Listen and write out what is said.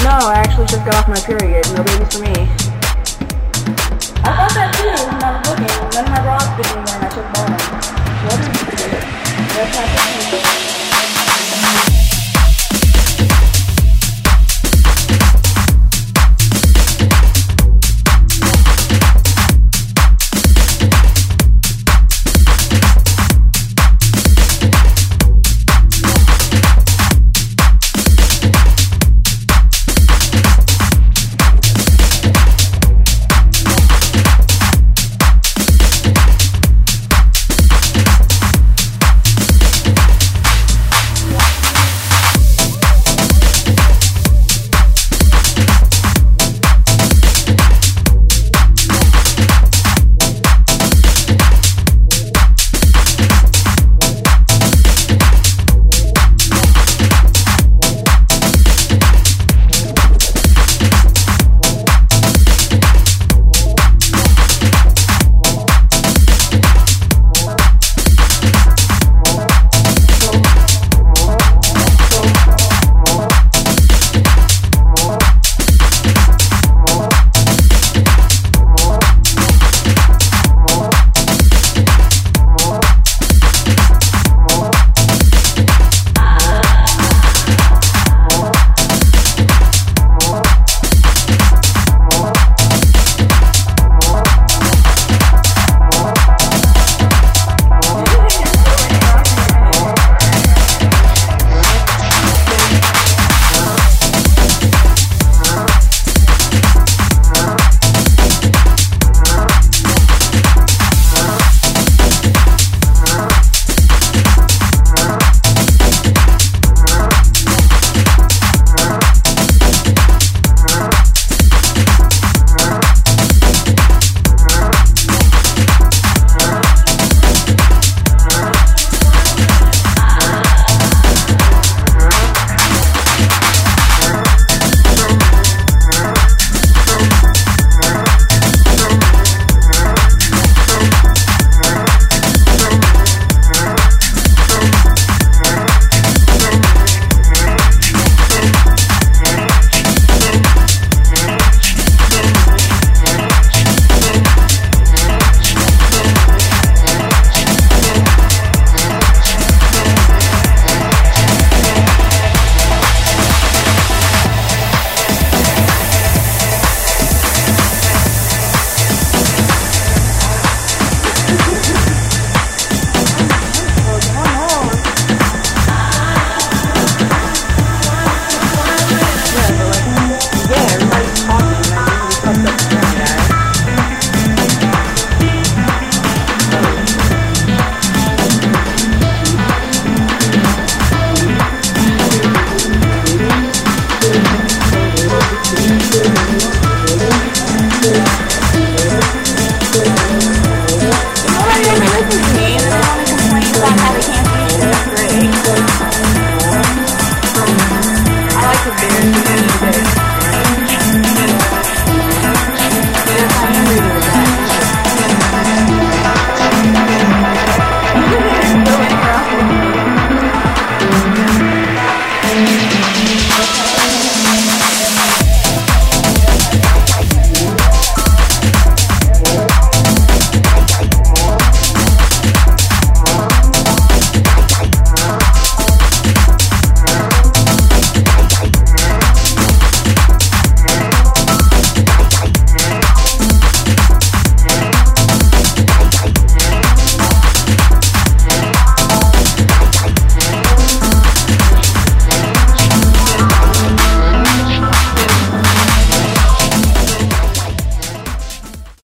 also just got off my period. No babies for me. I thought that too when I was looking. None of my bras fitting when I took mine. What are you doing? That's not the